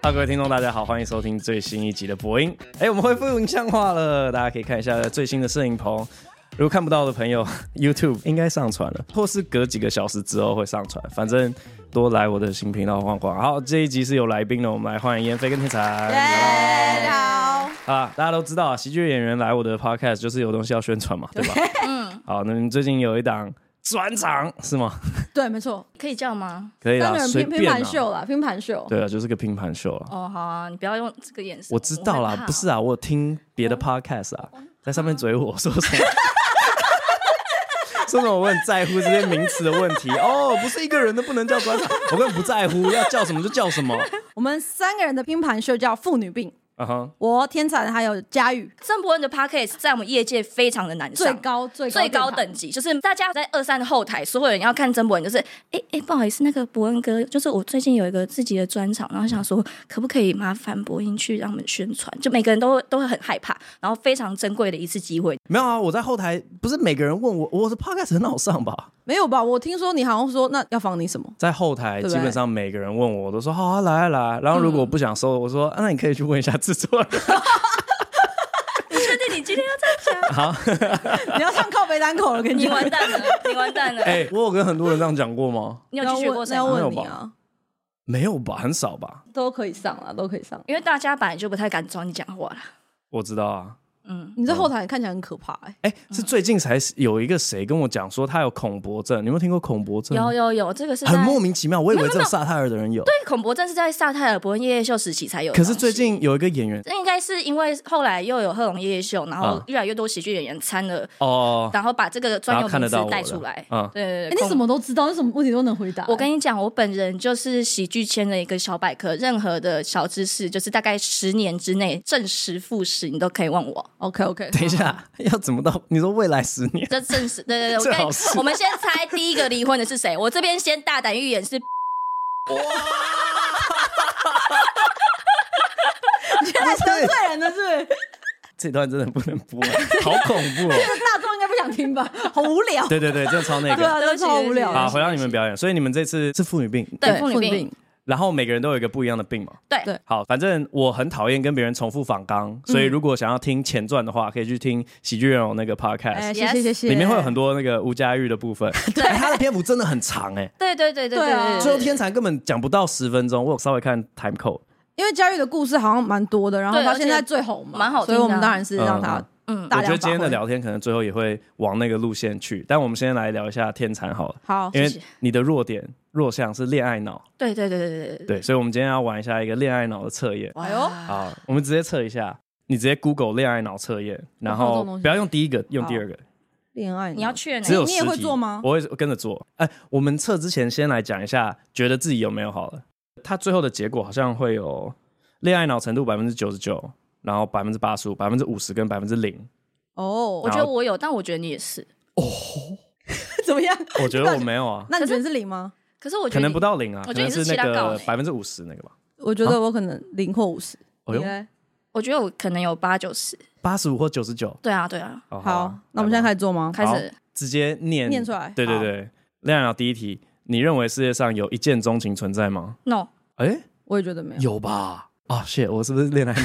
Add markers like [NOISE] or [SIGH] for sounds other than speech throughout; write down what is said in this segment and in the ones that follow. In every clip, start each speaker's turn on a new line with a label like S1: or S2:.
S1: 哈，各位听众，大家好，欢迎收听最新一集的播音。哎，我们恢复影像化了，大家可以看一下最新的摄影棚。如果看不到的朋友 [LAUGHS] ，YouTube 应该上传了，或是隔几个小时之后会上传。反正多来我的新频道晃晃。好，这一集是有来宾的，我们来欢迎燕飞跟天才。
S2: 大家好，
S1: 啊，大家都知道啊，喜剧演员来我的 Podcast 就是有东西要宣传嘛，对
S2: [LAUGHS]
S1: 吧？嗯。好，那你最近有一档转场是吗？
S2: 对，没错，
S3: 可以这样吗？
S1: 可以
S2: 当
S1: 啦，
S2: 然
S1: 随
S2: 拼拼
S1: 便
S2: 盘
S1: 啊。
S2: 秀啦，拼盘秀。
S1: 对啊，就是个拼盘秀啊。
S3: 哦，好啊，你不要用这个眼神。
S1: 我知道啦，不是
S3: 啊，
S1: 啊，我有听别的 podcast 啊，在上面嘴我说什么， [LAUGHS] 说什么我很在乎这些名词的问题。哦，不是一个人的不能叫专场，我根本不在乎，要叫什么就叫什么。
S2: 我们三个人的拼盘秀叫《妇女病》，
S1: 啊哈，
S2: 我天才还有佳宇，
S3: 郑伯恩的 podcast 在我们业界非常的难上
S2: 最高最
S3: 最高
S2: 殿堂
S3: 等级，就是大家在二三的后台，所有人要看曾伯恩，就是哎哎，不好意思，那个伯恩哥，就是我最近有一个自己的专场，然后想说可不可以麻烦伯恩去让我们宣传，就每个人都都会很害怕，然后非常珍贵的一次机会，
S1: 没有啊，我在后台不是每个人问我，我的 podcast 很好上吧？
S2: 没有吧？我听说你好像说那要防你什么？
S1: 在后台
S2: 对
S1: 基本上每个人问我，我都说好啊，来啊来啊。然后如果我不想收，我说、啊、那你可以去问一下制作 [LAUGHS] 人。
S3: [LAUGHS] 确定你今天要这样讲？
S2: 你要上靠背单口了，跟
S3: 你
S2: 你
S3: 完 [LAUGHS] 蛋了，你完蛋了，
S1: 哎、我有跟很多人这样讲过吗？
S3: 你有去学过
S2: 那
S3: 谁
S2: 要
S3: 吗？
S2: 问你啊，
S1: 没有吧，很少吧？
S2: 都可以上啊，都可以上。
S3: 因为大家本来就不太敢找你讲话啦。
S1: 我知道啊。
S3: 嗯，
S2: 你在后台看起来很可怕哎、
S1: 哎、是最近才有一个谁跟我讲说他有恐怖症，你有没有听过恐怖症？
S3: 有有有，这个是在
S1: 很莫名其妙，我以为
S3: 没有
S1: 只有萨泰尔的人有。
S3: 对恐怖症是在萨泰尔伯恩夜夜秀时期才有的
S1: 可
S3: 东西。
S1: 是最近有一个演员
S3: 那应该是因为后来又有贺龙夜夜秀，然后
S1: 啊
S3: 越来越多喜剧演员参了，
S1: 哦，
S3: 然后把这个专
S1: 然
S3: 有
S1: 后看
S3: 名
S1: 得到
S3: 词
S1: 我
S3: 带
S1: 了
S3: 出来。
S1: 嗯
S3: 对对
S2: 哎、
S3: 对，
S2: 你怎
S3: 恐？
S2: 么都知道？你什么问题都能回答、
S3: 我跟你讲，我本人就是喜剧圈的一个小百科，任何的小知识，就是大概十年之内证实复实，你都可以问我。
S2: OK OK，
S1: 等一下要怎么到？你说未来十年？
S3: 这证实，对对对，我
S1: 最
S3: 跟
S1: 好是
S3: 你我们先猜第一个离婚的是谁？我这边先大胆预言是
S2: 你现在得
S1: [LAUGHS]
S2: 罪人了是不是？
S1: 这段真的不能
S3: [LAUGHS]
S1: 播，好恐怖哦！
S2: 大众应该不想听吧？好无聊。
S1: 对对对，真的超
S3: [LAUGHS]
S1: 那
S2: 对
S1: 个。
S2: 啊，都超无聊的。
S1: 好，回到你们表演，所以你们这次是妇女病，
S3: 对
S2: 妇
S3: 妇
S2: 女
S3: 女
S2: 病
S3: 病，
S1: 然后每个人都有一个不一样的病嘛。
S3: 对
S2: 对
S1: 好，反正我很讨厌跟别人重复仿
S2: 嗯
S1: 纲，所以如果想要听前传的话，可以去听喜剧人偶那个 podcast。
S2: 哎、谢
S3: Yes
S2: 谢谢谢。
S1: 里面会有很多那个吴佳玉的部
S2: [LAUGHS]
S1: 分，对，他的篇幅真的很长哎、
S3: 对对对对
S2: 对啊
S3: 对
S1: 最
S3: 对
S1: 后天才根本讲不到十分钟，我有稍微看 time code，
S2: 因为佳玉的故事好像蛮多的，然后
S3: 对
S2: 到
S3: 而且
S2: 现在最红嘛，
S3: 蛮好
S2: 所
S3: 听的啊
S2: 以我们当然是让他
S3: 嗯
S2: 大
S1: 我觉得
S2: 量发
S1: 今
S2: 挥。
S1: 天的聊天可能最后也会往那个路线去，但我们先来聊一下天才好了，
S2: 好
S1: 因为
S3: 谢谢
S1: 你的弱点弱项是恋爱
S2: 嗯
S1: 脑，
S3: 对对对对对对对。
S1: 对，所以我们今天要玩一下一个恋爱脑的测验。
S2: 哎呦
S1: 好，我们直接测一下，你直接 Google 恋爱脑测验，然
S2: 我靠这
S1: 后
S2: 种东西
S1: 不要用第一个，用第二个，
S2: 恋爱脑，
S3: 你要去哪
S1: 只？有
S2: 你也
S1: 10
S2: 会
S1: 题
S2: 做吗
S1: 我会跟着做。哎、我们测之前先来讲一下，觉得自己有没有好了。他最后的结果好像会有恋爱脑程度百分之九十九，然后百分之八十五、百分之五十跟百分之零。
S2: 哦 [LAUGHS]
S3: 我，觉得我有，但我觉得你也是。
S2: 怎么样？
S1: 我觉得我没有啊，
S2: [LAUGHS] 那你觉得是零吗？
S3: 可是我
S1: 可
S3: 觉得
S1: 能
S3: 你
S1: 不到零啊，可
S3: 我觉
S1: 能
S3: 得你是
S1: 那
S3: 七大杠
S1: 个
S3: 欸
S1: 百分之五十那个吧。
S2: 我觉得我可能零或五十。
S1: 啊哎
S2: 你
S1: 呦，
S2: 嘞？
S3: 我觉得我可能有八九十。
S1: 八十五或九十九。
S3: 对啊，对啊，
S1: 哦
S2: 好
S1: 啊，
S2: 那我们
S1: 来
S2: 现在
S1: 吧
S2: 开始做吗？
S3: 开始
S1: 直接念
S2: 念出来
S1: 对对
S2: 好
S1: 对，恋爱脑第一题，你认为世界上有一见钟情存在吗？
S3: no，
S1: 哎、
S2: 我也觉得没有。
S1: 有吧？哦，谢，我是不是恋爱脑？ [LAUGHS]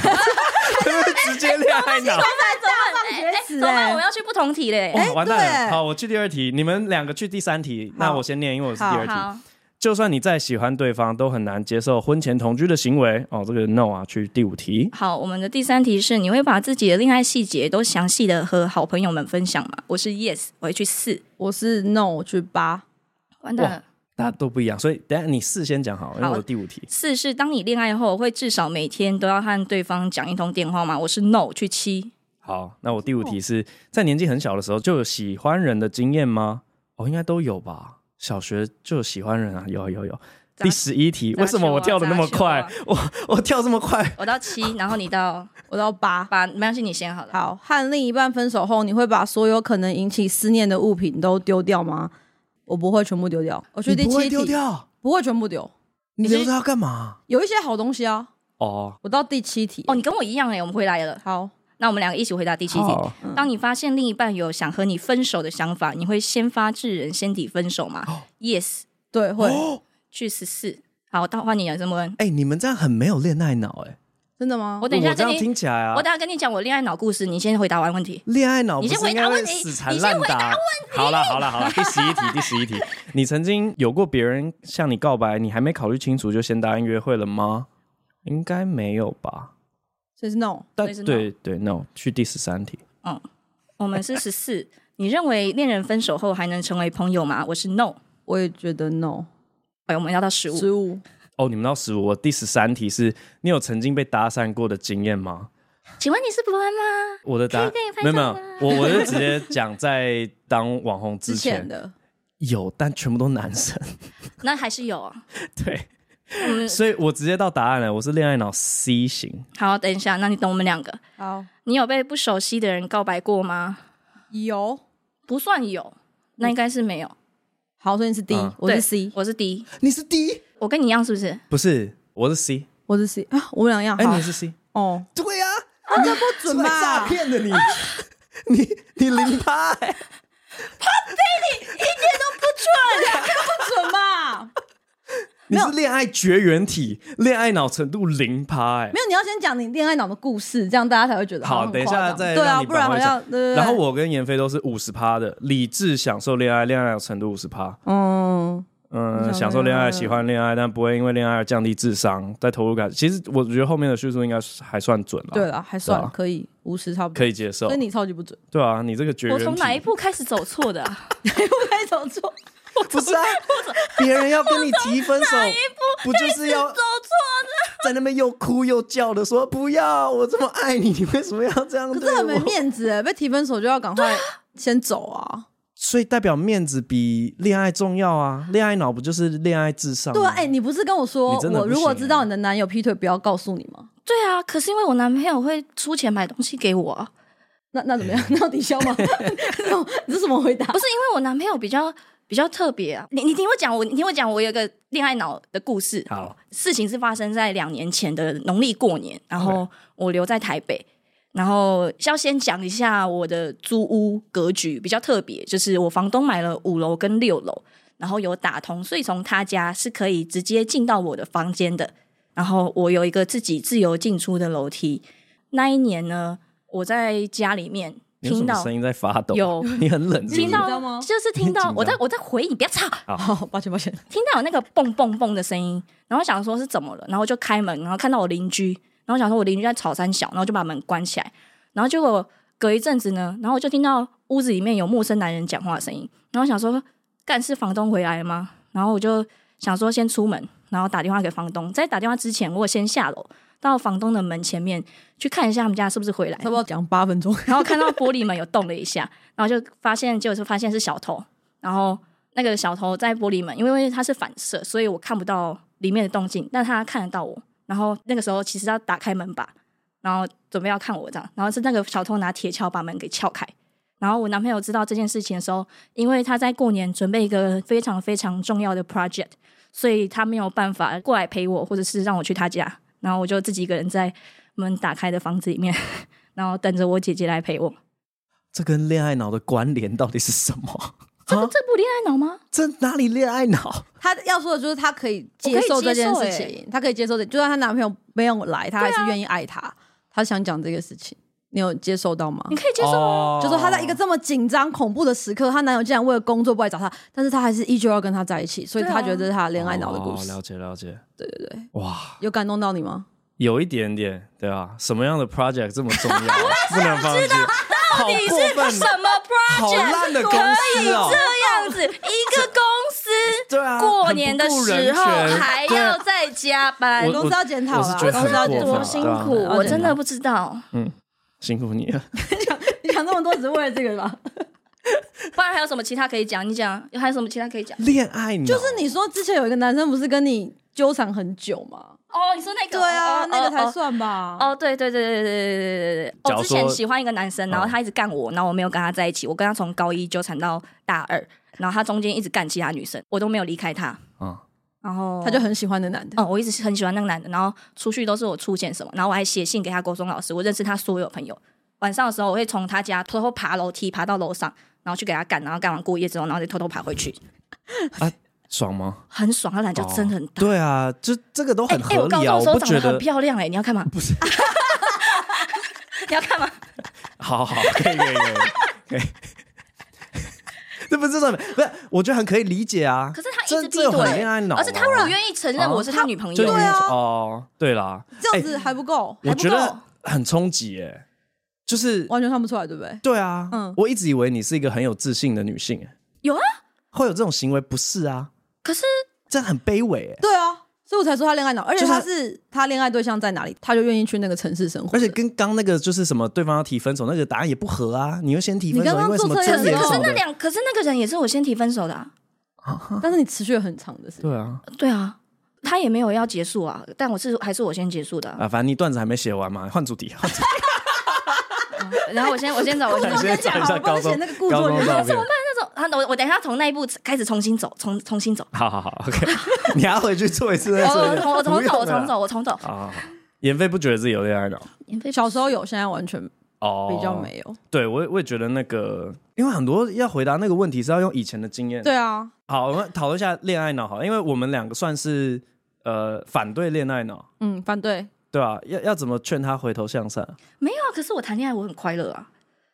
S1: 直接恋爱脑。
S2: 放学
S3: 怎
S2: 死
S3: 么办？我
S2: 哎
S3: 们！要去不同题嘞。
S1: 哇，完蛋
S2: 对
S1: 了！好，我去第二题，你们两个去第三题。那
S2: 好
S1: 我先念，因为我是第二哦题。
S3: 好，
S1: 就算你再喜欢对方，都很难接受婚前同居的行为。哦，这个 no 啊，去第五题。
S3: 好，我们的第三题是，你会把自己的恋爱细节都详细的和好朋友们分享吗？我是 yes，我会去四。
S2: 我是 no 去八，
S3: 完蛋了。
S1: 大家都不一样，所以等一下你事先讲好，因为
S3: 好
S1: 我第五题。
S3: 四是当你恋爱后，会至少每天都要和对方讲一通电话吗？我是 no 去七。
S1: 好，那我第五题是在年纪很小的时候就有喜欢人的经验吗？哦，应该都有吧。小学就有喜欢人啊，有啊有啊有啊。
S3: 杂
S1: 第十一题，
S3: 杂
S1: 为什么
S3: 球啊
S1: 我跳的那么
S3: 杂球
S1: 快
S3: 啊？
S1: 我我跳这么快，
S3: 我到七，然后你到
S2: 我到八。
S3: 八，没关系，你先好了。
S2: 好，和另一半分手后，你会把所有可能引起思念的物品都丢掉吗？我不会全部丢掉。我去
S1: 你
S2: 第
S1: 不
S2: 七
S1: 会丢
S2: 题，
S1: 掉，
S2: 不会全部丢，
S1: 你
S3: 是
S1: 留着它干嘛？
S2: 有一些好东西啊。
S1: 哦，
S2: 我到第七题，
S3: 哦，你跟我一样哎，我们回来了。
S2: 好，
S3: 那我们两个一起回答第七题。
S1: 好。
S3: 当你发现另一半有想和你分手的想法，你会先发制人，先提分手吗、y e s
S1: 哦
S2: 对，会。
S3: 去十四。好，到换你了，曾伯恩。
S1: 哎、你们这样很没有恋爱脑哎、
S2: 真的吗
S3: 我？等一下
S1: 这
S3: 跟
S1: 样
S3: 你，
S1: 听起来啊
S3: 我，等一下跟你讲我恋爱脑故事，你先回答完问题。
S1: 恋爱脑不
S3: 你先
S1: 是应该
S3: 回答
S1: 会
S3: 问题
S1: 死缠
S3: 你先
S1: 烂
S3: 回答
S1: 打？好了好了好了，第十
S3: [LAUGHS]
S1: 一题第十一题，你曾经有过别人向你告白，你还没考虑清楚就先答应约会了吗？应该没有吧？
S2: 所以是 no。
S1: 但
S3: 所以是 no
S1: 对对，no，去第十三题。
S3: 我们是十四，你认为恋人分手后还能成为朋友吗？我是 no。
S2: 我也觉得 no。
S3: 哎，我们要到十五。
S2: 十五，
S1: 哦，你们到十五，我第十三题是你有曾经被搭讪过的经验吗？
S3: 请问你是伯恩吗？
S1: 我的答案
S3: 可以
S1: 没
S3: 啊可
S1: 有没
S3: 以
S1: 有
S3: 拍照吗，
S1: 我我就直接讲在当网红之
S2: 之
S1: 前
S2: 前的
S1: 有，但全部都男生。 [LAUGHS]
S3: 那还是有啊。
S1: 对，
S3: 我
S1: [LAUGHS]
S3: 们
S1: 所以我直接到答案了，我是恋爱脑 C 型。
S3: 好，等一下，那你等我们两个。
S2: 好
S3: 你有被不熟悉的人告白过吗？
S2: 有，
S3: 不算有，那应该是没有。
S2: 好，所以你是 D，、
S1: 嗯
S2: 我是
S3: 对
S2: C，
S3: 我是 D，
S1: 你是 D？
S3: 我跟你一样是不是？
S1: 不是，我是 C。
S2: 我是 C 啊，我们两样
S1: 哎、
S2: 好
S1: 你是 C？
S2: 哦，
S1: 对呀、啊，
S2: 啊这不准
S1: 出来
S2: 吧？
S1: 骗的你， [LAUGHS] 你你零趴、哎
S2: 不准吧？
S1: 你是恋爱绝缘体，恋爱脑程度零趴、哎
S2: [LAUGHS] 没有，你要先讲你恋爱脑的故事，这样大家才会觉得
S1: 好，
S2: 很
S1: 等一
S2: 夸
S1: 下
S2: 张
S1: 再
S2: 对
S1: 让
S2: 啊，
S1: 你
S2: 不然
S1: 把话
S2: 好
S1: 讲
S2: 像对对对
S1: 然后我跟妍飞都是五十趴的，理智享受恋爱，恋爱有程度五十趴。
S2: 嗯，
S1: 嗯，
S2: 享
S1: 享
S2: 受
S1: 受
S2: 恋
S1: 恋
S2: 爱
S1: 爱，喜欢恋爱，但不会因为恋爱而降低智商，在投入感。其实我觉得后面的叙述应该是还算准了，
S2: 对，了，还算
S1: 对啊
S2: 可以，五十差不多
S1: 可，以接受
S2: 所以。你超级不准，
S1: 对啊，你这个绝
S3: 我从
S1: 缘
S3: 哪一
S1: 体
S3: 步开始走错
S2: [LAUGHS]
S3: 的、啊？
S2: 不该走错，
S1: 不是啊，别人要跟你提分
S2: [LAUGHS]
S1: 手，不就是要
S3: 走错
S1: 在那边又哭又叫的说不要，我这么爱你，你为什么要这样
S2: 可
S1: 对
S2: 是很没
S1: 我？
S2: 面子哎，被提分手就要赶快先走啊！
S1: 所以代表面子比恋爱重要啊！恋爱脑不就是恋爱智商吗？
S2: 对啊，哎，你不是跟我说
S1: 嗯你真的
S2: 我
S1: 不
S2: 如果
S1: 行
S2: 知
S1: 欸
S2: 道你的男友劈腿，不要告诉你吗？
S3: 的。对啊，可是因为我男朋友会出钱买东西给我啊、
S2: 那那怎么样？
S1: [LAUGHS]
S2: 那要抵消吗？ [LAUGHS] 这种你这什么回答？
S3: 不是因为我男朋友比较比较特别啊。你你听我讲，我你听我讲，我有一个恋爱脑的故事。
S1: 好，
S3: 事情是发生在两年前的农历过年，然后我留在台北。然后要先讲一下我的租屋格局比较特别，就是我房东买了五楼跟六楼，然后有打通，所以从他家是可以直接进到我的房间的。然后我有一个自己自由进出的楼梯。那一年呢，我在家里面
S1: 你有什
S3: 听
S1: 么
S3: 到
S1: 声音在发抖？
S3: 有
S1: [LAUGHS] 你很冷是不是，
S3: 听
S2: 紧张
S3: 到
S2: 吗
S3: 就是听
S1: 紧
S3: 到
S1: 张
S3: 我在我在回你，不要吵，
S2: 好，抱歉抱歉，
S3: 听到有那个蹦蹦蹦的声音，然后想说是怎么了，然后就开门，然后看到我邻居，然后想说我邻居在吵三小，然后就把门关起来，然后结果隔一阵子呢，然后我就听到屋子里面有陌生男人讲话的声音，然后想说干是房东回来了吗？然后我就想说先出门，然后打电话给房东，在打电话之前，我先下楼到房东的门前面去看一下他们家是不是回来
S2: 差，不多讲八分 [LAUGHS] 钟。
S3: 然后看到玻璃门有动了一下，然后就发现，结果就发现是小偷。然后那个小偷在玻璃门，因为它是反射，所以我看不到里面的动静，但他看得到我。然后那个时候其实要打开门把，然后准备要看我这样，然后是那个小偷拿铁锹把门给撬开。然后我男朋友知道这件事情的时候，因为他在过年准备一个非常非常重要的 project，所以他没有办法过来陪我，或者是让我去他家。然后我就自己一个人在门打开的房子里面，然后等着我姐姐来陪
S1: 啊
S3: 我。
S1: 这跟恋爱脑的关联到底是什么？
S3: 这个这不恋爱脑吗？
S1: 这哪里恋爱脑？
S2: 她要说的就是她可以接受欸啊这件事情，她可以接受这，就算她男朋友没有来，她还是愿意爱他。她想讲这个事情，你有接受到吗
S1: 啊
S3: 你？可以接受吗？
S1: 哦
S2: 就说她在一个这么紧张、恐怖的时刻，她男友竟然为了工作不来找她，但是她还是依旧要跟他在一起，所以
S3: 对啊
S2: 她觉得这是她恋爱脑的故事
S1: 哦。了解了解，
S2: 对对对，
S1: 哇，
S2: 有感动到你吗？
S1: 有一点点，对吧？什么样的 project 这么重
S3: [LAUGHS]
S1: 要？啊不能放弃，好
S3: 你
S1: 过
S3: 是
S1: 分，
S3: 什么 project？
S1: 好烂的公司哦
S3: 可以这样子，一个公司
S1: 对啊，
S3: 过年的时候
S1: 很不顾人权
S3: 还
S1: 对
S3: 要在加班
S1: 我，
S2: 公司要检讨
S1: 我是
S2: 啦，
S1: 觉得
S2: 公司要
S1: 很
S2: 检
S1: 过分
S2: 讨
S3: 多
S1: 啊
S3: 辛
S1: 对啊
S3: 苦，
S1: 对啊
S3: 我真的不知道。
S1: 辛苦你了。
S2: [LAUGHS] 你讲那么 [LAUGHS] 多只是为了这个吧？
S3: [LAUGHS] 不然还有什么其他可以讲？你讲还有什么其他可以讲？
S1: 恋爱脑
S2: 就是你说之前有一个男生不是跟你纠缠很久吗？
S3: 哦，你说那个？
S2: 对啊，
S3: 哦
S2: 那个才。
S3: 哦哦
S2: 算吧。
S3: 哦，对对对对对对对对对
S1: 假如
S3: 我之前
S1: 说嗯
S3: 喜欢一个男生，然后他一直干我，然后我没有跟他在一起，我跟他从高一纠缠到大二，然后他中间一直干其他女生，我都没有离开他，
S1: 嗯，
S3: 然后
S2: 他就很喜欢的男的。
S3: 嗯，我一直很喜欢那个男的，然后出去都是我出现什么，然后我还写信给他国中老师，我认识他所有朋友。晚上的时候，我会从他家偷偷爬楼梯，爬到楼上，然后去给他干，然后干完过夜之后，然后再偷偷爬回去。
S1: 爽吗？
S3: 很爽，他懒觉真的很大。哎
S1: 对啊，就这个都很合
S3: 我高
S1: 理
S3: 中
S1: 啊，
S3: 的时
S1: 我不
S3: 候长
S1: 觉
S3: 得很
S1: 得。
S3: 漂亮哎、你要看吗？不是， [LAUGHS] 你要看吗？
S1: 好好，可以可以可以可以。 [LAUGHS] 这不是什么，不是，我觉得很可以理解啊。
S3: 可是他一
S1: 这
S3: 直
S1: 这
S3: 劈
S1: 有很恋
S3: 腿，
S1: 爱脑啊，哦
S3: 而且他如果愿意承认我是他女朋
S1: 就
S3: 友，
S1: 是
S2: 对啊
S1: 哦，对啦，
S2: 这样子还不够，
S1: 我觉
S3: 还不
S1: 得
S3: 够
S1: 很冲击耶，就是
S2: 完全看不出来，对不对？
S1: 对啊，
S2: 嗯
S1: 我一直以为你是一个很有自信的女性耶，
S3: 有啊。
S1: 会有这种行为不是啊？
S3: 可是
S1: 这样很卑微耶，
S2: 对啊，所以我才说他恋爱脑，而且
S1: 就是
S2: 他是他恋爱对象在哪里，他就愿意去那个城市生活的。
S1: 而且跟刚那个就是什么对方要提分手那个答案也不合啊，你又先提分
S2: 你
S1: 手，
S2: 刚刚
S1: 因为什么
S2: 做
S1: 尊
S2: 测
S3: 可
S2: 验
S1: 严
S3: 是可
S1: 什
S3: 是
S1: 么
S3: 那
S1: 的，
S3: 两可是那个人也是我先提分手的、啊，
S1: 哎
S2: 但是你持续了很长的时间，
S1: 对啊，
S3: 对啊，他也没有要结束啊，但我是还是我先结束的啊、
S1: 啊，反正你段子还没写完嘛，换主
S2: [LAUGHS]
S1: 题，换主题
S3: 然后我先我先找我先
S1: 啊 [LAUGHS] 你
S2: 我
S1: 先
S2: 先
S1: 找
S2: 讲
S1: 一下
S2: 好，我
S1: 高
S2: 帮你
S1: 中
S2: 写那个故
S1: 高
S2: 作
S1: 中
S2: 人
S1: 照片，
S3: 那种啊，我我等一下从那一步开始重新走，重重新走。
S1: 好好好，OK，你 [LAUGHS] 还要回去做一次
S3: 我
S1: 那
S2: [LAUGHS]
S3: 我
S2: 哦
S1: 个
S3: 重我
S1: 不
S3: 重
S1: 用
S3: 走，我
S1: 了
S3: 重走，我重走。
S1: 啊。好好妍飞不觉得自己有恋爱脑
S2: 小时候有，现在完全比
S1: 哦，
S2: 较。没有。
S1: 对我也我也觉得那个，因为很多要回答那个问题是要用以前的经验。，
S2: 对啊，
S1: 好，我们讨论一下恋爱脑好了，因为我们两个算是呃反对恋爱脑，
S2: 嗯，反对。
S1: 对吧、要要怎么劝他回头向善？
S3: 没有啊，可是我谈恋爱我很快乐啊，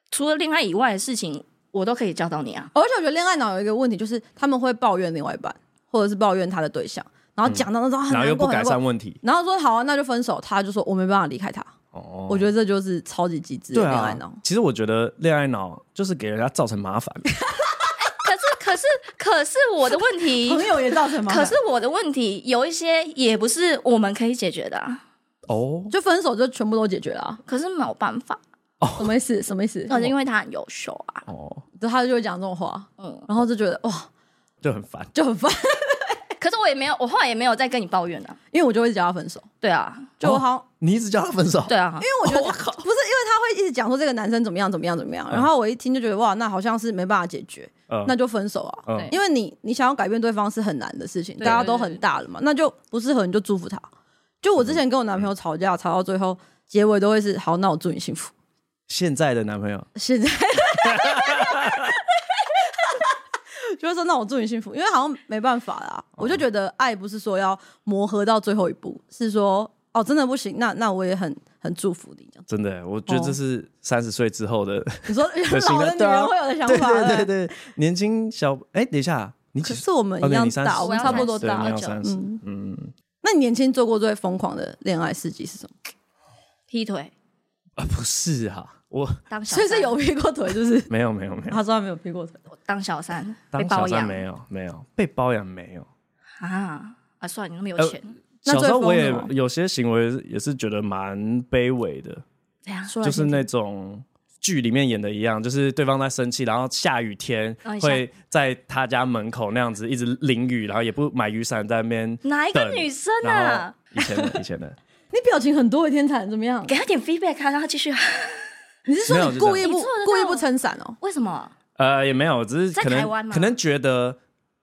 S3: 除了恋爱以外的事情，我都可以教导你啊。
S2: 而且我觉得恋爱脑有一个问题，就是他们会抱怨另外一半，或者是抱怨他的对象，然后讲到那种啊很
S1: 嗯然后又
S2: 难
S1: 不
S2: 过，
S1: 改
S2: 很难
S1: 善
S2: 过，
S1: 问题。
S2: 然后说好啊，那就分手。他就说我没办法离开他，
S1: 哦，
S2: 我觉得这就是超级极致
S1: 对
S2: 的恋爱
S1: 啊 [LAUGHS]
S2: 脑。。
S1: 其实我觉得恋爱脑就是给人家造成麻
S2: [LAUGHS]
S1: 烦。
S3: 可是可是可是我的问题，
S2: [LAUGHS] 朋友也造成麻烦，
S3: 可是我的问题有一些也不是我们可以解决的、啊，
S1: 哦，
S2: 就分手就全部都解决了、啊，
S3: 可是没有办法，
S2: 什么意思？什么意思？哦
S3: 那是因为他很优秀啊。
S1: 哦，
S2: 就他就会讲这种话，
S3: 嗯，
S2: 然后就觉得哇，
S1: 就很烦。
S2: 就很烦，
S3: 可是我也没有，我后来也没有再跟你抱怨啊。
S2: 因为我就会一直叫他分手，
S3: 对啊，
S2: 就我好像
S1: 你一直叫他分手，
S3: 对啊，
S2: 因为我觉得他、不是，因为他会一直讲说这个男生怎么样怎么样怎么
S3: 嗯
S2: 样，然后我一听就觉得哇，那好像是没办法解决，
S1: 嗯
S2: 那就分手啊。
S1: 嗯
S3: 对
S2: 因为你你想要改变对方是很难的事情，
S3: 对
S2: 大家都很大了嘛，那就不适合你就祝福他。就我之前跟我男朋友吵架，吵到最后结尾都会是好，那我祝你幸福。
S1: 现在的男朋友 [LAUGHS]
S2: 现在就会说那我祝你幸福，因为好像没办法啦。我
S1: 哦
S2: 就觉得爱不是说要磨合到最后一步，是说哦真的不行，那那我也很很祝福你这样。
S1: 真的，我觉得这
S2: 哦
S1: 是三十岁之后的
S2: 你说
S1: 可行
S2: 老
S1: 的
S2: 的女
S1: 对啊
S2: 人会有的想
S1: 对 [LAUGHS]
S2: 法，哎
S1: 对对对，年轻小哎、等一下，你
S2: 可
S1: 几
S2: 是我们一
S1: OK，
S2: 样
S1: 你三
S2: 大，
S1: 十
S2: 我们
S3: 我要
S2: 差不多
S3: 30
S1: 对，
S2: 大
S1: 你
S3: 了
S1: 要
S3: 就
S1: 三十，
S2: 嗯，
S1: 嗯，
S2: 那你年轻做过最疯狂的恋爱事迹是什么？
S3: 劈腿
S1: 啊，不是啊，我啊
S3: 当小
S2: 所
S3: 三，
S2: 以是有劈过腿，就是
S1: 没有没有没有，
S2: 他说他没有劈过腿，
S3: 当小三被
S1: 当
S3: 包
S1: 小三
S3: 养
S1: 没有没有被包养没有，
S3: 啊啊！算了，你那么有
S1: 呃
S3: 钱，
S2: 那
S1: 小时候
S2: 最疯
S1: 我也
S2: 什么
S1: 有些行为也是觉得蛮卑微的，
S3: 怎样说来
S1: 就是
S3: 听
S1: 那
S3: 听
S1: 种。剧里面演的一样，就是对方在生气，然后下雨天
S3: 哦你下
S1: 会在他家门口那样子一直淋雨，然后也不买雨伞在那边。
S3: 哪一个
S1: 等
S3: 女生
S1: 然
S3: 啊
S1: 后？以前的以前的， [LAUGHS]
S2: 你表情很多的天才怎么样？
S3: 给他点 feedback，啊让他继续啊。
S2: 你是
S1: 没有就
S2: 说你
S1: 这样
S2: 故意不
S3: 你做得到
S2: 故意不撑伞哦？
S3: 为什么？
S1: 呃，也没有，只是
S3: 在
S1: 可能
S3: 台湾吗
S1: 可能觉得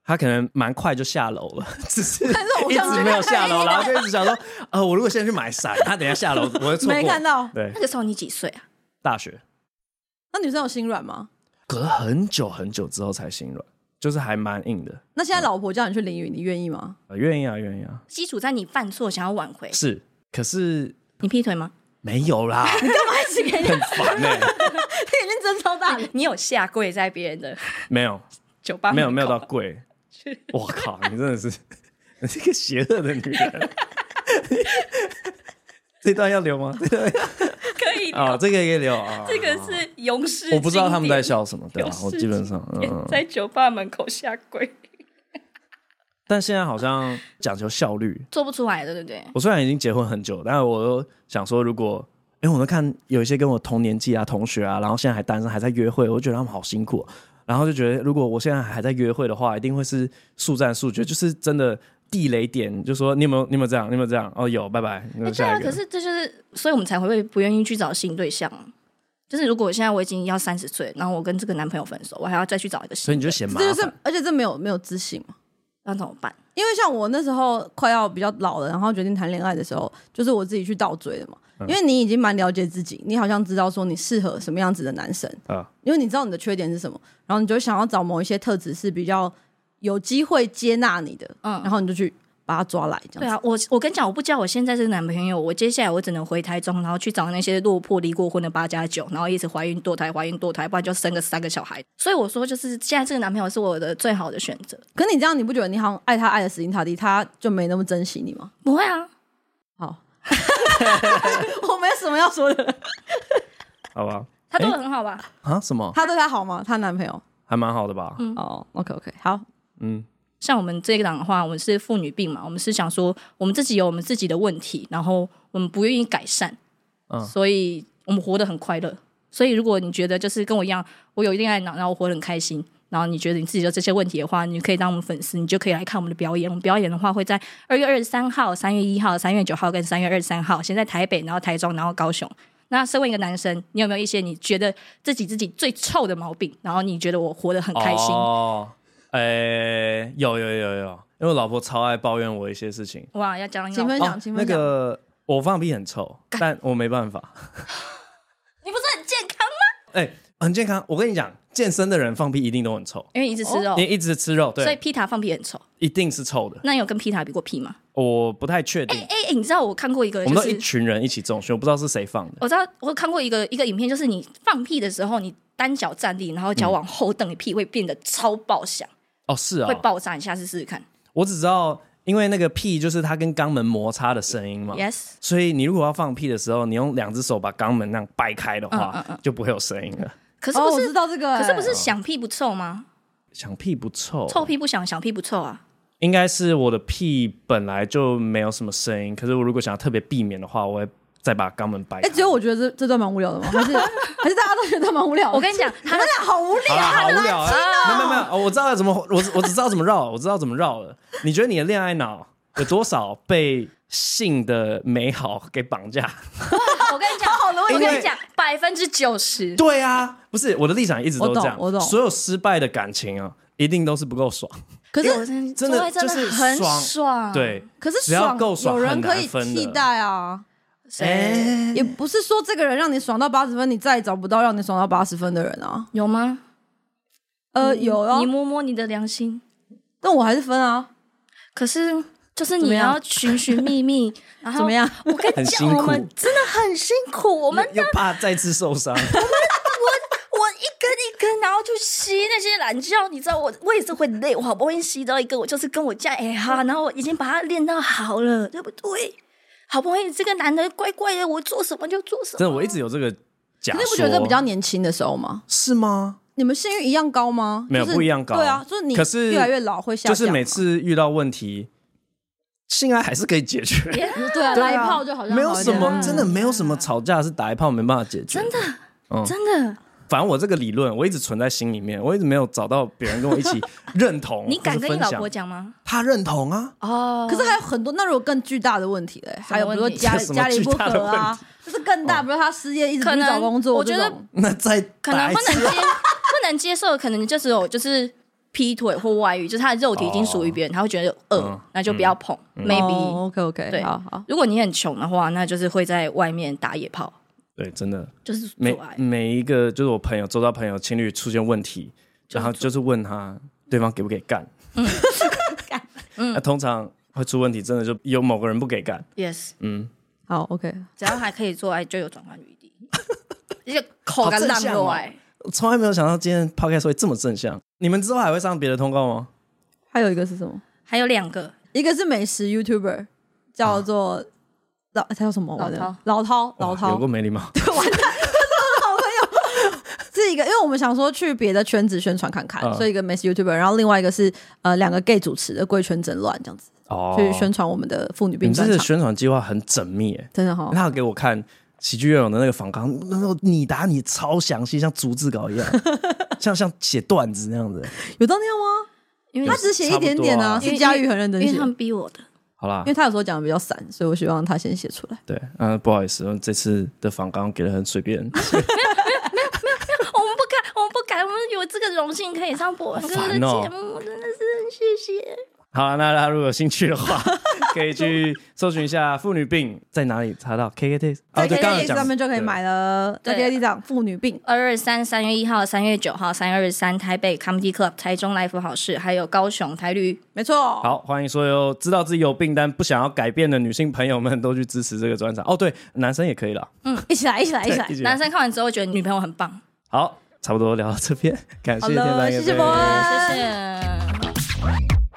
S1: 他可能蛮快就下楼了， [LAUGHS] 只是
S2: 偶
S1: 一
S2: 像
S1: 直
S2: 剧
S1: 没有下楼，然后就一直想说，呃，我如果现在去买伞，他等一下下楼，我会错过。
S2: 没看到？
S1: 对
S3: 那，个时候你几岁啊？
S1: 大学
S2: 那女生有心软吗？
S1: 隔了很久很久之后才心软，就是还蛮硬的。
S2: 那现在老婆叫你去淋雨，你愿意吗？
S1: 呃愿意啊，愿意啊，
S3: 基础在你犯错想要挽回，
S1: 是，可是
S3: 你劈
S2: [LAUGHS]
S3: 腿吗？
S1: 没有啦，
S2: 开始给你，
S1: 很烦哎、
S2: 眼睛睁超大。
S3: [LAUGHS] 你有下跪在别人的
S1: 没有，
S3: 酒吧门口
S1: 没有，没有到贵。我靠，你真的是，你是个邪恶的女人。 [LAUGHS] 这段要留吗？这段
S3: 可以
S1: 啊、这个也留啊。
S3: 这个是勇士，
S1: 我不知道他们在笑什么，对吧、
S3: 有
S1: 我
S3: 事
S1: 基本上，嗯
S3: 经典，
S1: 嗯
S3: 在酒吧门口下跪，
S1: 但现在好像讲求效率。
S3: 做不出来的，对不对？
S1: 我虽然已经结婚很久，但是我都想说，如果因为我都看有一些跟我同年纪啊、同学啊，然后现在还单身还在约会，我就觉得他们好辛苦哦、然后就觉得，如果我现在还在约会的话，一定会是速战速决，就是真的地雷点，就说你有没有你有没有这样，你有没有这样？哦，有，拜拜。那
S3: 哎对
S1: 下
S3: 啊，
S1: 一
S3: 可
S1: 个。
S3: 是这就是，所以我们才会不愿意去找新对象啊。就是如果我现在我已经要三十岁，然后我跟这个男朋友分手，我还要再去找一个新的，
S1: 所以你就嫌麻
S2: 这就是
S1: 烦，，
S2: 而且这没有没有自信嘛。
S3: 那怎么办？
S2: 因为像我那时候快要比较老了，然后决定谈恋爱的时候，就是我自己去倒追的嘛。
S1: 嗯
S2: 因为你已经蛮了解自己，你好像知道说你适合什么样子的男生，
S1: 啊
S2: 因为你知道你的缺点是什么，然后你就想要找某一些特质是比较有机会接纳你的，
S3: 嗯
S2: 然后你就去把他抓来，这
S3: 对
S2: 样子。
S3: 啊，我我跟你讲，我不交我现在这个男朋友，我接下来我只能回台中，然后去找那些落魄离过婚的八加九，然后一直怀孕堕胎，怀孕堕胎，不然就生个三个小孩。所以我说，就是现在这个男朋友是我的最好的选择。
S2: 可是你这样，你不觉得你好像爱他爱的死心塌地，他就没那么珍惜你吗？
S3: 不会啊， [LAUGHS]
S2: 好， [LAUGHS] 我没什么要说的。
S1: 好不好？
S3: 他对我很好吧？
S1: 啊，什么？
S2: 她对他好吗？她男朋友？
S1: 还蛮好的吧？
S2: 哦，OK OK，好，
S1: 嗯，
S3: 像我们这一档的话，我们是妇女病嘛，我们是想说我们自己有我们自己的问题，然后我们不愿意改善，
S1: 嗯
S3: 所以我们活得很快乐。所以如果你觉得就是跟我一样，我有恋爱脑，然后我活得很开心，然后你觉得你自己有这些问题的话，你可以当我们粉丝，你就可以来看我们的表演。我们表演的话会在二月二十三号、三月一号、三月九号跟三月二十三号，先在台北，然后台中，然后高雄。那身为一个男生，你有没有一些你觉得自己自己最臭的毛病？然后你觉得我活得很开心，
S1: 哦，诶、有有有有，因为我老婆超爱抱怨我一些事情。哦
S3: 哇，要讲你老
S2: 请
S3: 公
S2: 分享，请
S1: 那
S2: 分享。
S1: 个我放屁很臭，但我没办法。
S3: 你不是很健康吗？
S1: 哎、很健康。我跟你讲，健身的人放屁一定都很臭，
S3: 因为一直吃肉，
S1: 你一直吃肉，
S3: 哦所以
S1: 对，
S3: 皮塔放屁很臭。
S1: 一定是臭的。
S3: 那你有跟皮塔比过屁吗？
S1: 我不太确
S3: [CLEARS THROAT]
S1: 定，
S3: 哎、哎，你知道我看过一个，
S1: 我
S3: 就
S1: 们都一
S3: 是
S1: 群人一起中暑，我不知道是谁放的。
S3: 我知道我看过一个一个影片，就是你放屁的时候，你单脚站立，然后脚往后蹬，你屁会变得超爆响，
S1: 哦，是啊、
S3: 会爆炸。你下次试试看。
S1: 我只知道，因为那个屁就是它跟肛门摩擦的声音嘛。
S3: Yes，
S1: 所以你如果要放屁的时候，你用两只手把肛门那样掰开的话，
S3: 嗯嗯
S1: 就不会有声音了。
S3: 可是
S2: 哦，
S3: 不
S2: 我
S3: 是，
S2: 知道这个、
S3: 可是不
S2: 哎
S3: 是响屁不臭吗？
S1: 想屁不臭，
S3: 臭屁不响，响屁不臭啊。
S1: 应该是我的屁本来就没有什么声音，可是我如果想要特别避免的话，我会再把肛门掰
S2: 哎、
S1: 开。
S2: 只有我觉得这这段蛮无聊的吗？还 [LAUGHS] 是还是大家都觉得蛮无聊的？
S3: 我跟你讲，
S2: 你
S3: 他
S2: 们俩好无聊。
S1: 好啦，好无聊啊！没有没有没有，哦我知道要怎么， [LAUGHS] 我我只知道怎么绕，我知道怎么绕了。你觉得你的恋爱脑有多少被性的美好给绑架？
S2: [LAUGHS]
S3: 我跟你讲，
S2: 好的问题
S3: 我跟你讲，百分之九十。
S1: 对啊，不是我的立场一直都
S2: 我
S1: 这
S2: 懂
S1: 样，
S2: 我懂
S1: 所有失败的感情啊，一定都是不够爽。
S2: 可
S3: 我
S2: 是
S3: 真
S1: 真的
S3: 做爱真
S1: 就是
S3: 很
S1: 爽
S3: 爽，，
S1: 对，
S2: 啊可是
S1: 只要
S2: 爽
S1: 够爽
S2: 有人
S1: 很
S2: 可
S1: 难
S2: 以
S1: 分的哎
S2: 替代啊。
S3: 谁
S2: 也不是说这个人让你爽到八十分，你再也找不到让你爽到八十分的人啊。
S3: 有吗？
S2: 呃，有啊
S3: 你，摸摸你的良心。
S2: 但我还是分啊。
S3: 可是就是
S2: 怎
S3: 你
S2: 么样
S3: 要寻寻觅觅，然后
S2: 怎么样？
S3: 我跟
S1: 很
S3: 你
S1: 辛
S3: 讲，
S1: 苦
S3: 我们真的很辛苦，我们
S1: 又又怕再次受
S2: [LAUGHS]
S1: 伤。
S3: 我一根一根，然后去吸那些懒觉，你知道我我也是会累，我好不容易吸到一个，我就是跟我家哎哈，然后我已经把它练到好了，对不对？好不容易这个男的乖乖的，我做什么就做什
S1: 真
S3: 么。
S1: 的，我一直有这个假
S2: 可
S1: 说。
S2: 是不觉得这比较年轻的时候吗？
S1: 是吗？
S2: 你们性欲一样高吗？
S1: 没有
S2: 就是
S1: 不一样高
S2: 对啊，就是你
S1: 可是
S2: 越来越老会下
S1: 就
S2: 降，
S1: 是每次遇到问题，性爱还是可以解决。
S2: [LAUGHS] 对
S1: 对啊
S2: 啊，来一炮就好像
S1: 没有
S2: 好一
S1: 什
S2: 点
S1: 么，真的没有什么吵架是打一炮没办法解决。真的，
S3: 真的，
S1: 反正我这个理论我一直存在心里面，我一直没有找到别人跟我一起认同。
S3: 你敢
S1: 或是
S3: 跟你
S1: 分
S3: 老
S1: 享
S3: 婆？讲吗？
S1: 他认同啊， [LAUGHS]
S3: 哦，
S2: 可是还有很多，那如果更巨大的问题嘞，还有比如说家
S1: [LAUGHS] 什么
S2: 家里不
S1: 巨大的
S2: 和
S1: 问哦
S2: 啊，就是更大，比如他失业一直不
S3: 可
S2: 去
S3: 能
S2: 找工作，
S3: 我觉得
S2: 这种
S1: 那再
S3: 可能
S1: 打一
S3: 不能
S1: 次
S3: 接不能接受，可能就只有就是劈腿或外遇，就是他的肉体已经属于别人，他会觉得饿，
S1: 嗯
S3: 那就不要碰。maybe、
S1: 哦
S2: OK OK，
S3: 对
S2: 好好。
S3: 如果你很穷的话，那就是会在外面打野炮，
S1: 对，真的
S3: 就是
S1: 每
S3: 做爱。
S1: 每一个就是我朋友周遭朋友情侣出现问题，然后就是问他对方给不给干，嗯， [LAUGHS] 那通常会出问题，真的就有某个人不给干，
S3: Yes，
S2: 好，OK，
S3: 只要还可以做爱，就有转换余
S1: [LAUGHS]
S3: 地。
S1: 哦
S3: 一个口干
S1: 好
S3: 浪
S1: 正向哦
S3: 做爱，
S1: 我从来没有想到今天 podcast 会这么正向。你们之后还会上别的通告吗？
S2: 还有一个是什么？
S3: 还有两个
S2: 一个是美食 YouTuber，叫做老，他叫什么？
S3: 老饕
S2: 老涛，老
S1: 啊哇
S2: 涛
S1: 有，过没礼貌。
S2: 是一个，因为我们想说去别的圈子宣传看看，
S1: 嗯
S2: 所以一个美食 YouTuber，然后另外一个是呃两个 gay 主持的《贵圈争乱》这样子，
S1: 哦
S2: 去宣传我们的妇女
S1: 你
S2: 病
S1: 们这
S2: 专
S1: 次
S2: 场，
S1: 宣传计划很缜密诶，
S2: 真
S1: [LAUGHS]
S2: 的哈。
S1: 他有给我看喜剧乐友的那个访纲，那时候你答你超详细，像逐字稿一
S2: [LAUGHS]
S1: 样，像像写段子那样子。
S2: 有到那样吗？
S3: 因为
S2: 他只写一点点
S1: 差
S2: 啊，
S1: 不
S3: 因为
S2: 是佳玉很认真
S3: 因
S2: 写，
S3: 为他
S2: 因
S3: 们逼我的。
S1: 好啦
S2: 为，他有时候讲的比较散，所以我希望他先写出来。
S1: 对，嗯、不好意思，我这次的访纲给的很随
S2: [LAUGHS]
S1: 便，
S3: 我们不敢，我们不敢，我们有这个荣幸可以上博文哥的
S1: 好烦哦
S3: 节目，真的是很谢谢。
S2: [LAUGHS]
S1: 好，那大家如果有兴趣的话，可以去搜寻一下妇女病在哪里查到 KKTix，
S2: 在
S1: 哦，对，刚刚
S2: KKTix
S1: 有讲
S2: 上面就可以买了，在
S3: 对
S2: KKTix 上妇女病。
S3: 二二三，三月一号、三月九号、三二三，台北 Comedy Club、台中来福好事，还有高雄台旅。
S2: 没错，
S1: 好，欢迎所有知道自己有病但不想要改变的女性朋友们，都去支持这个专场。哦，对，男生也可以了。
S2: 一起来，一起来，一起来
S1: 对一！起来
S3: 男生看完之后觉得女朋友很棒，
S1: 好，差不多聊到这边，感
S2: 好
S1: 谢天
S2: 了，
S1: 蓝
S2: 谢
S1: 也
S2: 谢
S1: 被
S2: 伯恩，
S3: 谢谢。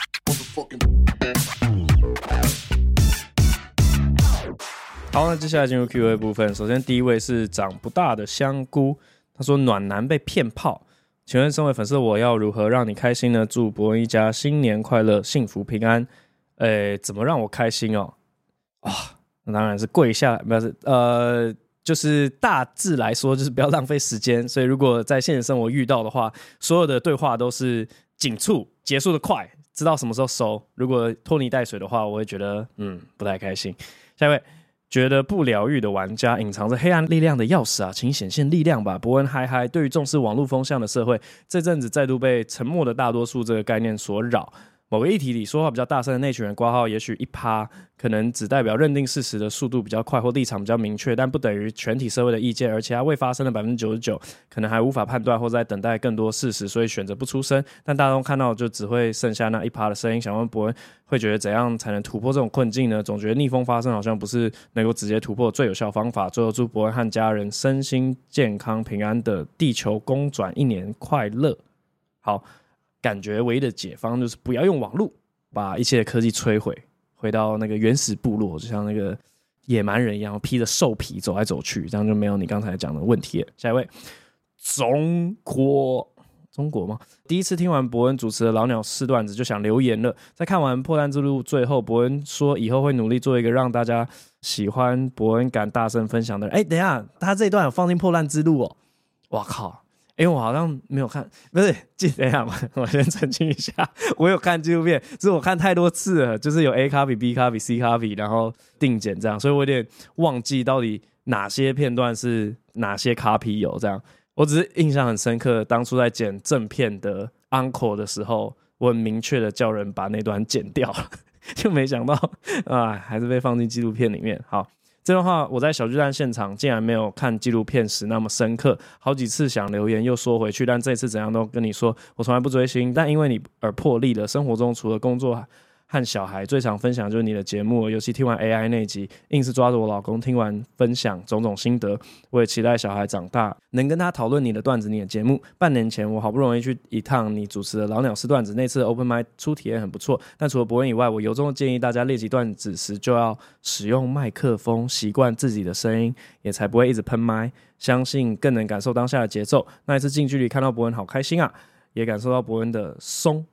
S1: 好，那接下来进入 Q&A 部分。首先第一位是长不大的香菇，他说暖男被骗炮，请问身为粉丝的我要如何让你开心呢？祝伯恩一家新年快乐，幸福平安。诶，怎么让我开心哦？哇、那当然是跪下，不是呃。就是大致来说，就是不要浪费时间。所以，如果在现实生活遇到的话，所有的对话都是紧促，结束的快，知道什么时候收。如果拖泥带水的话，我会觉得嗯不太开心。下一位，觉得不疗愈的玩家隐藏着黑暗力量的钥匙啊，请显现力量吧！伯恩嗨嗨，对于重视网络风向的社会，这阵子再度被沉默的大多数这个概念所扰。某个议题里说话比较大声的那群人挂号，也许一趴可能只代表认定事实的速度比较快或立场比较明确，但不等于全体社会的意见，而且它未发生的百分之九十九可能还无法判断或在等待更多事实，所以选择不出声。但大众看到就只会剩下那一趴的声音。想问伯恩，会觉得怎样才能突破这种困境呢？总觉得逆风发生好像不是能够直接突破最有效方法。最后祝伯恩和家人身心健康平安的地球公转一年快乐。好，感觉唯一的解方就是不要用网络，把一切的科技摧毁，回到那个原始部落，就像那个野蛮人一样，披着兽皮走来走去，这样就没有你刚才讲的问题了。下一位，中国。中国吗？第一次听完伯恩主持的老鸟试段子，就想留言了。在看完《破烂之路》最后，伯恩说以后会努力做一个让大家喜欢伯恩敢大声分享的人。哎，等一下，他这一段有放进《破烂之路》哦。哇靠！因为我好像没有看，不是，记等一下嘛，我先澄清一下，我有看纪录片，只是我看太多次了，就是有 A 卡比、B 卡比、C 卡比，然后定检这样，所以我有点忘记到底哪些片段是哪些卡比有这样。我只是印象很深刻，当初在剪正片的 uncle 的时候，我很明确的叫人把那段剪掉了， [LAUGHS] 就没想到啊，还是被放进纪录片里面。好，这段话我在小巨蛋现场竟然没有看纪录片时那么深刻，好几次想留言又缩回去，但这次怎样都跟你说，我从来不追星，但因为你而破例了。生活中除了工作。和小孩最常分享就是你的节目，尤其听完 AI 那集，硬是抓着我老公听完分享种种心得，我也期待小孩长大能跟他讨论你的段子、你的节目。半年前，我好不容易去一趟你主持的老鸟式段子，那次 Open Mic 初体验很不错。但除了伯恩以外，我由衷的建议大家练习段子时就要使用麦克风，习惯自己的声音，也才不会一直喷麦。相信更能感受当下的节奏。那一次近距离看到伯恩，好开心啊！也感受到伯恩的松。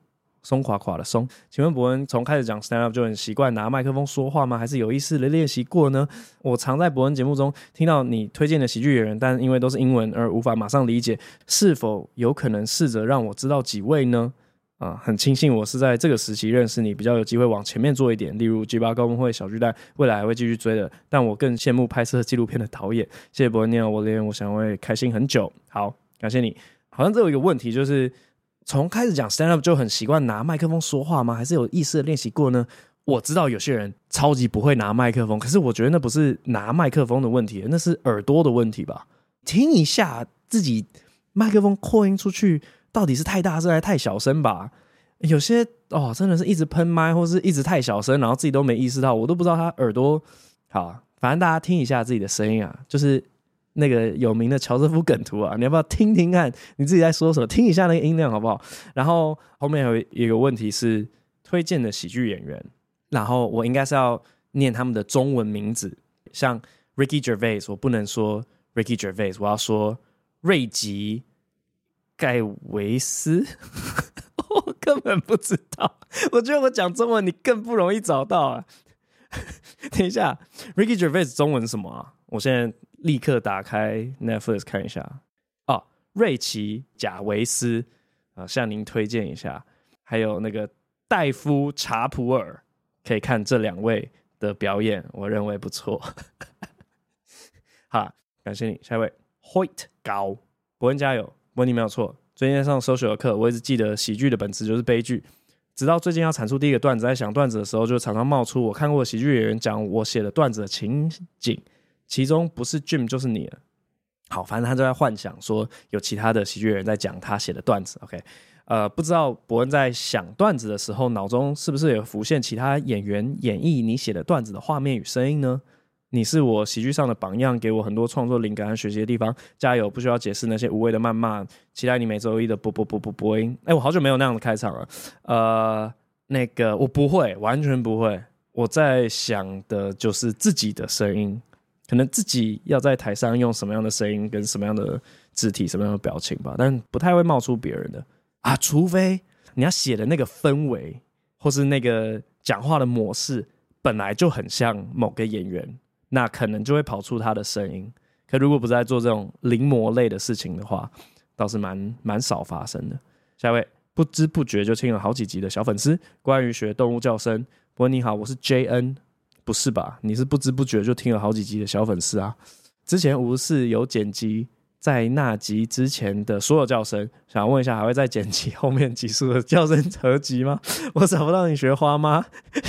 S1: 松垮垮的松，请问伯恩从开始讲 stand up 就很习惯拿麦克风说话吗？还是有意识的练习过呢？我常在伯恩节目中听到你推荐的喜剧演员，但因为都是英文而无法马上理解，是否有可能试着让我知道几位呢？啊，很庆幸我是在这个时期认识你，比较有机会往前面做一点，例如 G 八高峰会、小巨蛋，未来还会继续追的。但我更羡慕拍摄纪录片的导演。谢谢伯恩，你好，我的脸，我想会开心很久。好，感谢你。好像这有一个问题，就是从开始讲 stand up 就很习惯拿麦克风说话吗？还是有意识的练习过呢？我知道有些人超级不会拿麦克风，可是我觉得那不是拿麦克风的问题，那是耳朵的问题吧？听一下自己麦克风扩音出去到底是太大声还是太小声吧？有些哦，真的是一直喷麦或是一直太小声，然后自己都没意识到，我都不知道他耳朵好，反正大家听一下自己的声音啊，就是那个有名的乔瑟夫梗图啊，你要不要听听看你自己在说什么？听一下那个音量好不好？然后后面还有一个问题是推荐的喜剧演员，然后我应该是要念他们的中文名字，像 Ricky Gervais，我不能说 Ricky Gervais，我要说瑞吉盖维斯。 [LAUGHS] 我根本不知道，我觉得我讲中文你更不容易找到啊。等一下，Ricky Gervais 中文是什么啊？我现在立刻打开 Netflix 看一下。哦，瑞奇·贾维斯啊，向您推荐一下。还有那个戴夫·查普尔，可以看这两位的表演，我认为不错。 [LAUGHS] 好啦，感谢你，下一位 Hoyt 高，伯恩加油，伯恩你没有错。最近在上 social 的课，我一直记得喜剧的本质就是悲剧，直到最近要产出第一个段子，在想段子的时候，就常常冒出我看过的喜剧演员讲我写的段子的情景，其中不是 Jim 就是你了。好，反正他就在幻想说有其他的喜剧演员在讲他写的段子。OK，呃，不知道伯恩在想段子的时候，脑中是不是有浮现其他演员演绎你写的段子的画面与声音呢？你是我喜剧上的榜样，给我很多创作灵感和学习的地方。加油，不需要解释那些无谓的谩骂。期待你每周一的播播播播播音。哎，我好久没有那样的开场了。呃，那个我不会，完全不会。我在想的就是自己的声音，可能自己要在台上用什么样的声音，跟什么样的肢体、什么样的表情吧，但不太会冒出别人的啊，除非你要写的那个氛围，或是那个讲话的模式本来就很像某个演员，那可能就会跑出他的声音。可如果不是在做这种临摹类的事情的话，倒是蛮蛮少发生的。下一位，不知不觉就听了好几集的小粉丝，关于学动物叫声。不过你好，我是 J N，不是吧？你是不知不觉就听了好几集的小粉丝啊。之前无视有剪辑在那集之前的所有叫声，想问一下，还会再剪辑 [LAUGHS] 后面集数的叫声合集吗？我找不到你学花吗？ [LAUGHS]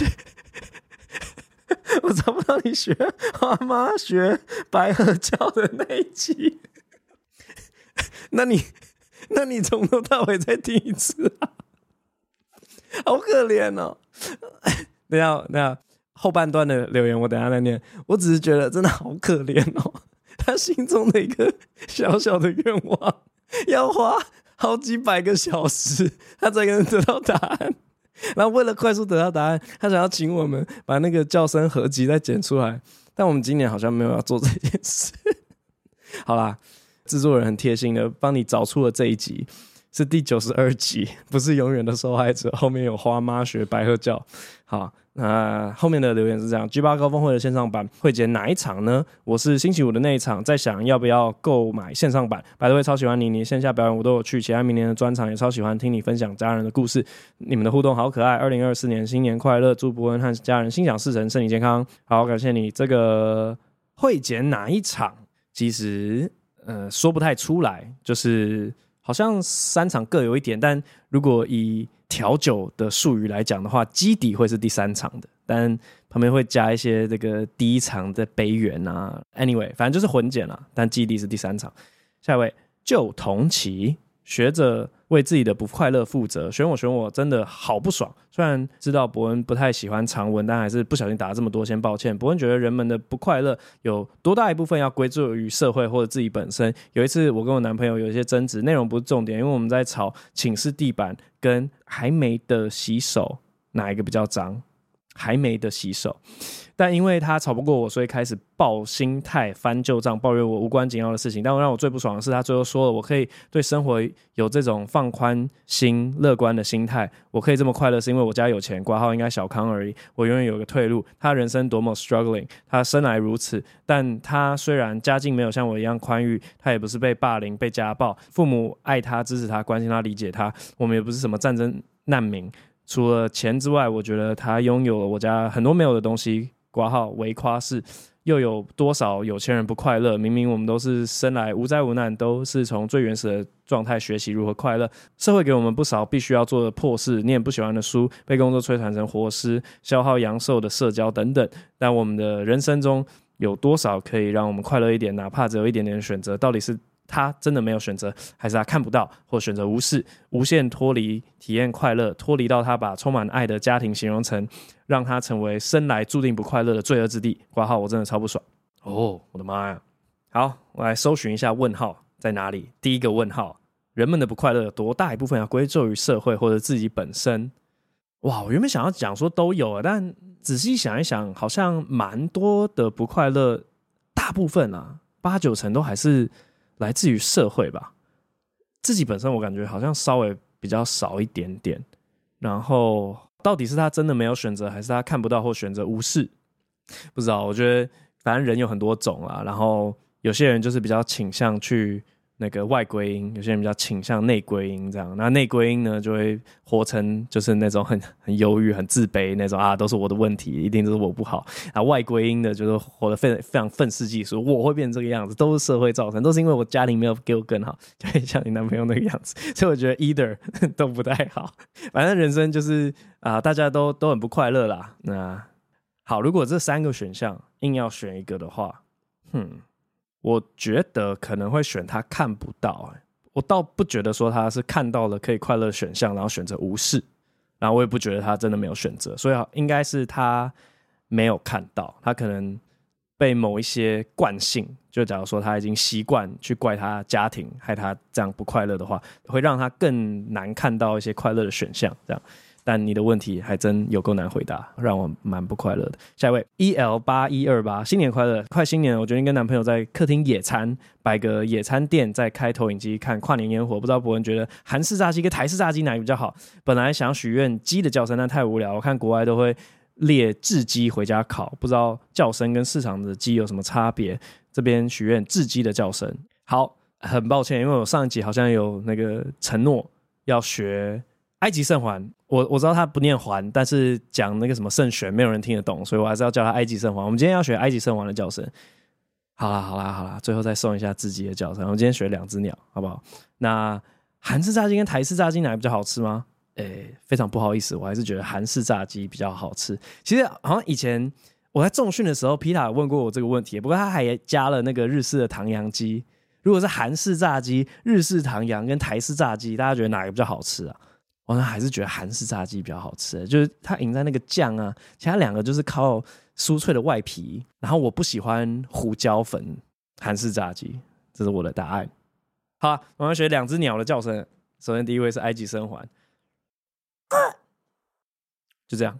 S1: 我找不到你学花妈学白鹤叫的那一集。 [LAUGHS] 那你，那你从头到尾再听一次啊， [LAUGHS] 好可怜哦。 [LAUGHS] 等一下，等一下，后半段的留言我等一下再念。我只是觉得真的好可怜哦，他心中的一个 [LAUGHS] 小小的愿望，要花好几百个小时，他才能得到答案。然后为了快速得到答案，他想要请我们把那个叫声合集再剪出来，但我们今年好像没有要做这件事。好啦，制作人很贴心的帮你找出了这一集，是第九十二集，不是永远的受害者，后面有花妈学白鹤叫。好，那、后面的留言是这样：G 八高峰会的线上版会剪哪一场呢？我是星期五的那一场，在想要不要购买线上版。白头会超喜欢你，你线下表演我都有去，期待明年的专场也超喜欢听你分享家人的故事，你们的互动好可爱。二零二四年新年快乐，祝伯恩和家人心想事成，身体健康。好，感谢你。这个会剪哪一场？其实呃说不太出来，就是好像三场各有一点，但如果以调酒的术语来讲的话，基底会是第三场的，但旁边会加一些这个第一场的杯缘啊。Anyway，反正就是混剪啊，但基底是第三场。下一位，就同期学着为自己的不快乐负责，选我选我真的好不爽。虽然知道伯恩不太喜欢长文，但还是不小心打了这么多，先抱歉。伯恩觉得人们的不快乐有多大一部分要归咎于社会或者自己本身。有一次，我跟我男朋友有一些争执，内容不是重点，因为我们在吵寝室地板跟还没的洗手哪一个比较脏，还没的洗手。但因为他吵不过我，所以开始爆心态、翻旧账、抱怨我无关紧要的事情。但让我最不爽的是，他最后说了，我可以对生活有这种放宽心、乐观的心态，我可以这么快乐，是因为我家有钱，挂号应该小康而已。我永远有个退路。他人生多么 struggling，他生来如此，但他虽然家境没有像我一样宽裕，他也不是被霸凌、被家暴，父母爱他、支持他、关心他、理解他，我们也不是什么战争难民。除了钱之外，我觉得他拥有了我家很多没有的东西。挂号为夸是又有多少有钱人不快乐？明明我们都是生来无灾无难，都是从最原始的状态学习如何快乐。社会给我们不少必须要做的破事，念不喜欢的书，被工作摧残成活尸，消耗阳寿的社交等等。但我们的人生中有多少可以让我们快乐一点？哪怕只有一点点的选择，到底是他真的没有选择，还是他看不到，或选择无视，无限脱离体验快乐，脱离到他把充满爱的家庭形容成让他成为生来注定不快乐的罪恶之地。挂号，我真的超不爽。哦，我的妈呀！好，我来搜寻一下问号在哪里。第一个问号，人们的不快乐有多大一部分要归咎于社会或者自己本身？哇，我原本想要讲说都有，但仔细想一想，好像蛮多的不快乐，大部分啊，八九成都还是来自于社会吧。自己本身我感觉好像稍微比较少一点点。然后到底是他真的没有选择，还是他看不到或选择无视？不啊知道，我觉得反正人有很多种啦。然后有些人就是比较倾向去那个外归因，有些人比较倾向内归因这样。那内归因呢，就会活成就是那种很 [LAUGHS] 很忧郁、很自卑那种啊，都是我的问题，一定都是我不好。啊，外归因的就是活得非非常愤世嫉俗，我会变成这个样子，都是社会造成，都是因为我家庭没有给我更好，就很像你男朋友那个样子。所以我觉得 either [LAUGHS] 都不太好，反正人生就是啊、大家都都很不快乐啦。那好，如果这三个选项硬要选一个的话，哼，我觉得可能会选他看不到、欸。我倒不觉得说他是看到了可以快乐选项，然后选择无视，然后我也不觉得他真的没有选择，所以啊应该是他没有看到，他可能被某一些惯性，就假如说他已经习惯去怪他家庭，害他这样不快乐的话，会让他更难看到一些快乐的选项，这样。但你的问题还真有够难回答，让我蛮不快乐的。下一位，E L 八一二八，新年快乐！快新年了，我决定跟男朋友在客厅野餐，摆个野餐垫，再开投影机看跨年烟火。不知道伯恩觉得韩式炸鸡跟台式炸鸡哪个比较好？本来想许愿鸡的叫声，但太无聊，我看国外都会列雉鸡回家烤，不知道叫声跟市场的鸡有什么差别。这边许愿雉鸡的叫声。好，很抱歉，因为我上一集好像有那个承诺要学埃及圣环，我我知道他不念环，但是讲那个什么圣旋，没有人听得懂，所以我还是要叫他埃及圣环。我们今天要学埃及圣环的叫声。好啦好啦好啦，最后再送一下自己的叫声。我们今天学两只鸟，好不好？那韩式炸鸡跟台式炸鸡哪个比较好吃吗？诶、非常不好意思，我还是觉得韩式炸鸡比较好吃。其实好像以前我在重训的时候，皮塔有问过我这个问题，不过他还加了那个日式的唐扬鸡。如果是韩式炸鸡、日式唐扬跟台式炸鸡，大家觉得哪个比较好吃啊？我呢还是觉得韩式炸鸡比较好吃，啊就是它赢在那个酱啊，其他两个就是靠酥脆的外皮。然后我不喜欢胡椒粉，韩式炸鸡，这是我的答案。好、啊，我们要学两只鸟的叫声。首先第一位是埃及生还，就这样。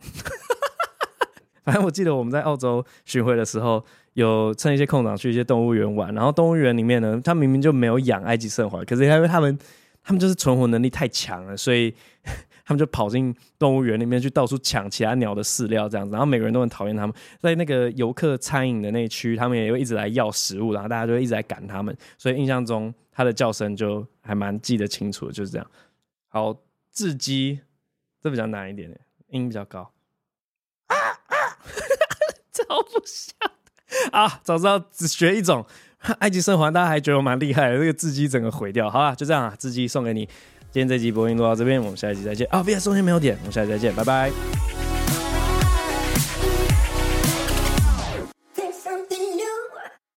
S1: 反正我记得我们在澳洲巡回的时候，有趁一些空档去一些动物园玩，然后动物园里面呢，它明明就没有养埃及圣环，可是因为他们他们就是存活能力太强了，所以 [LAUGHS] 他们就跑进动物园里面去到处抢其他鸟的饲料，这样子，然后每个人都很讨厌他们。在那个游客餐饮的那一区，他们也会一直来要食物，然后大家就会一直来赶他们，所以印象中它的叫声就还蛮记得清楚的，就是这样。好，雉鸡这比较难一点点，音比较高。超不像的啊！早知道只学一种， [LAUGHS] 埃及生还大家还觉得我蛮厉害的，这个字迹整个毁掉。好啦，就这样啊，字迹送给你。今天这集播音录到这边，我们下一集再见啊！不要，中间没有点，我们下一集再见，拜拜。